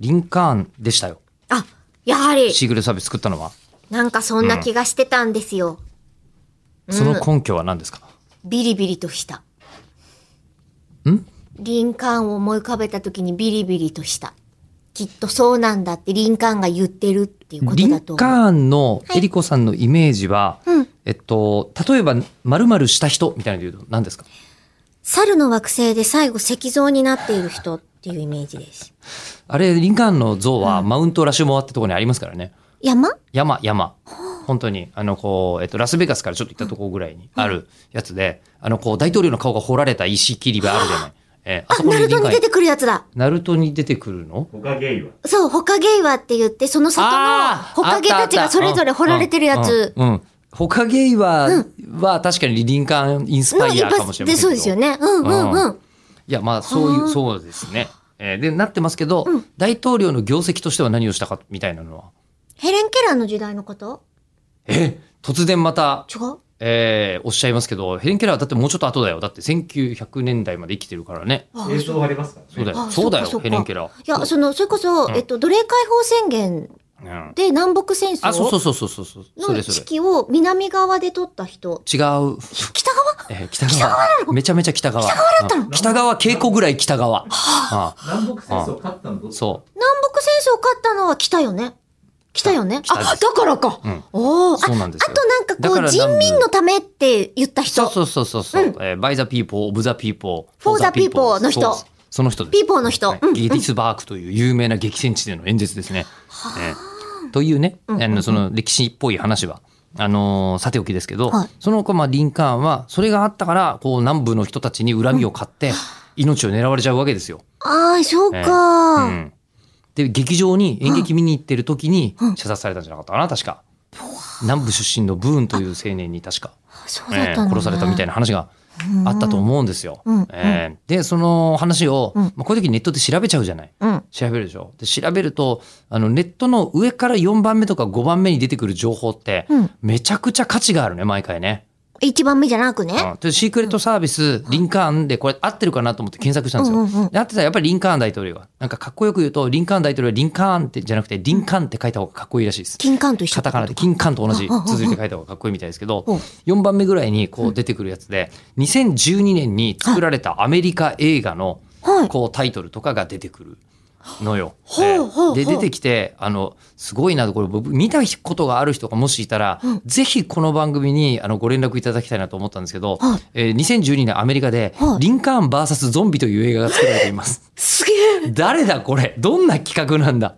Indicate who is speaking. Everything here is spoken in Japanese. Speaker 1: リンカーンでしたよ。
Speaker 2: あ、やはり、
Speaker 1: シークレットサービス作ったのは。
Speaker 2: なんかそんな気がしてたんですよ。
Speaker 1: その根拠は何ですか、
Speaker 2: ビリビリとした。んリンカーンを思い浮かべた時にビリビリとした。きっとそうなんだってリンカーンが言ってるっていうこと
Speaker 1: リ
Speaker 2: だ
Speaker 1: ン
Speaker 2: と思う。
Speaker 1: カーンのエリコさんのイメージは、
Speaker 2: うん
Speaker 1: えっと、例えば、〇〇した人みたいなので言うと何ですか
Speaker 2: 猿の惑星で最後石像になっている人っていうイメージです。
Speaker 1: あれ、リンカーンの像は、マウントラシュモアってところにありますからね。
Speaker 2: 山
Speaker 1: 山、山。本当に、あの、こう、えっと、ラスベガスからちょっと行ったところぐらいにあるやつで、あの、こう、大統領の顔が彫られた石切りがあるじゃない。えーあ
Speaker 2: あ、
Speaker 1: そこ
Speaker 2: ナ
Speaker 1: に
Speaker 2: ル
Speaker 1: リ
Speaker 2: ト
Speaker 1: ンカ
Speaker 2: に
Speaker 1: ー
Speaker 2: 出
Speaker 1: ン。
Speaker 2: てくるやつだ。
Speaker 1: ナルトに出てくるの
Speaker 3: 他ゲイは
Speaker 2: そう、ホカゲイワって言って、その外の
Speaker 1: あー
Speaker 2: ホカゲたち
Speaker 1: あ
Speaker 2: が
Speaker 1: ったあ
Speaker 2: そ
Speaker 1: った
Speaker 2: れぞれ掘られてるやつ
Speaker 1: うん。うんうんホカゲイは、は確かにリンカーンインスパ
Speaker 2: の
Speaker 1: イ
Speaker 2: 一
Speaker 1: アかもしれませ
Speaker 2: 発
Speaker 1: んけ
Speaker 2: で、
Speaker 1: ど。
Speaker 2: そうですよね。うんうんうん。
Speaker 1: いや、まあ、そう
Speaker 2: は
Speaker 1: いう、
Speaker 2: あ
Speaker 1: そうですね。えーで、なってますけど、大統領の業績としては何をしたか、みたいなのは。
Speaker 2: ヘレン・ケラーの時代のこと
Speaker 1: え突然また、
Speaker 2: 違う
Speaker 1: えーおっしゃいますけど、ヘレン・ケラーはだってもうちょっと後だよ。だって1900年代まで生きてるからね。
Speaker 2: あ
Speaker 3: 映像ありますからね
Speaker 1: そうだよ。
Speaker 2: あ
Speaker 1: そうだ
Speaker 2: っか
Speaker 1: よ、
Speaker 2: っか
Speaker 1: ヘレン・ケラ
Speaker 2: いや、その、それこそ、えっと、奴隷解放宣言
Speaker 1: ー。うん。
Speaker 2: で南北戦争
Speaker 1: あ、そうそうそうそうそうそう。そ
Speaker 2: の
Speaker 1: れ
Speaker 2: 指
Speaker 1: それ。
Speaker 2: 揮を南側で取った人。
Speaker 1: 違う。
Speaker 2: 北側
Speaker 1: えー北側。めちゃめちゃ北側。北側だったの北側、稽古ぐらい北側。あ
Speaker 3: 南北戦争勝ったのどっち
Speaker 1: そう。
Speaker 2: 南北戦争勝ったのは北よね。北よね。
Speaker 1: 北
Speaker 2: あ、
Speaker 1: で
Speaker 2: だ
Speaker 1: す
Speaker 2: からか。
Speaker 1: ん
Speaker 2: おお。あ
Speaker 1: そうなんですよ
Speaker 2: あとなんか
Speaker 1: だ
Speaker 2: こ
Speaker 1: か
Speaker 2: う、
Speaker 1: ら
Speaker 2: 人
Speaker 1: 南部
Speaker 2: 民のためって言った
Speaker 1: そう
Speaker 2: 人。
Speaker 1: そうそうそうそう、
Speaker 2: うん
Speaker 1: えー by the people, of the people,
Speaker 2: for the people の人
Speaker 1: そうですその人です。
Speaker 2: people の人
Speaker 1: はい
Speaker 2: うんうん
Speaker 1: ゲディスバークという有名な激戦地での演説ですね。えーというね、あのその歴史っぽい話は。あのーさておきですけど、
Speaker 2: はい
Speaker 1: その子、まあ、リンカーンは、それがあったから、こう、南部の人たちに恨みを買って、命を狙われちゃうわけですよ。
Speaker 2: ああ、そう
Speaker 1: う
Speaker 2: か。
Speaker 1: んで、劇場に演劇見に行ってる時に、射殺されたんじゃなかったかな、確か。南部出身のブーンという青年に、確か。
Speaker 2: そうだった
Speaker 1: え
Speaker 2: の
Speaker 1: ー
Speaker 2: ね
Speaker 1: 殺されたみたいな話があったと思うんですよ。
Speaker 2: うん
Speaker 1: えーでその話を、
Speaker 2: ん
Speaker 1: まあ、こういう時ネットで調べちゃうじゃない。
Speaker 2: うん。
Speaker 1: 調べるでしょで調べるとあのネットの上から4番目とか5番目に出てくる情報って、
Speaker 2: うん
Speaker 1: めちゃくちゃ価値があるね毎回ね。
Speaker 2: 一番目じゃなくね。
Speaker 1: うんでシークレットサービス、リンカーンでこれ合ってるかなと思って検索したんですよ。
Speaker 2: うんうんうん
Speaker 1: で合ってたらやっぱりリンカーン大統領がなんかかっこよく言うとリンカーン大統領はリンカーンってじゃなくてリンカーンって書いた方がかっこいいらしいです。
Speaker 2: 金管と一緒
Speaker 1: カ
Speaker 2: っ
Speaker 1: タ
Speaker 2: てこ
Speaker 1: カ
Speaker 2: と
Speaker 1: ナで金管と同じ
Speaker 2: あああ
Speaker 1: 続いて書いた方がかっこいいみたいですけど
Speaker 2: うん
Speaker 1: 4番目ぐらいにこう出てくるやつで2012年に作られたアメリカ映画の
Speaker 2: はい
Speaker 1: こうタイトルとかが出てくるのよ。
Speaker 2: ほうほうほう
Speaker 1: で出てきてあのすごいなこれ僕見たことがある人がもしいたらぜひこの番組にあのご連絡いただきたいなと思ったんですけど
Speaker 2: はい
Speaker 1: えー2012年アメリカで
Speaker 2: はい
Speaker 1: リンカーン VS ゾンビという映画が作られています。
Speaker 2: すげえ
Speaker 1: 誰だこれどんな企画なんだ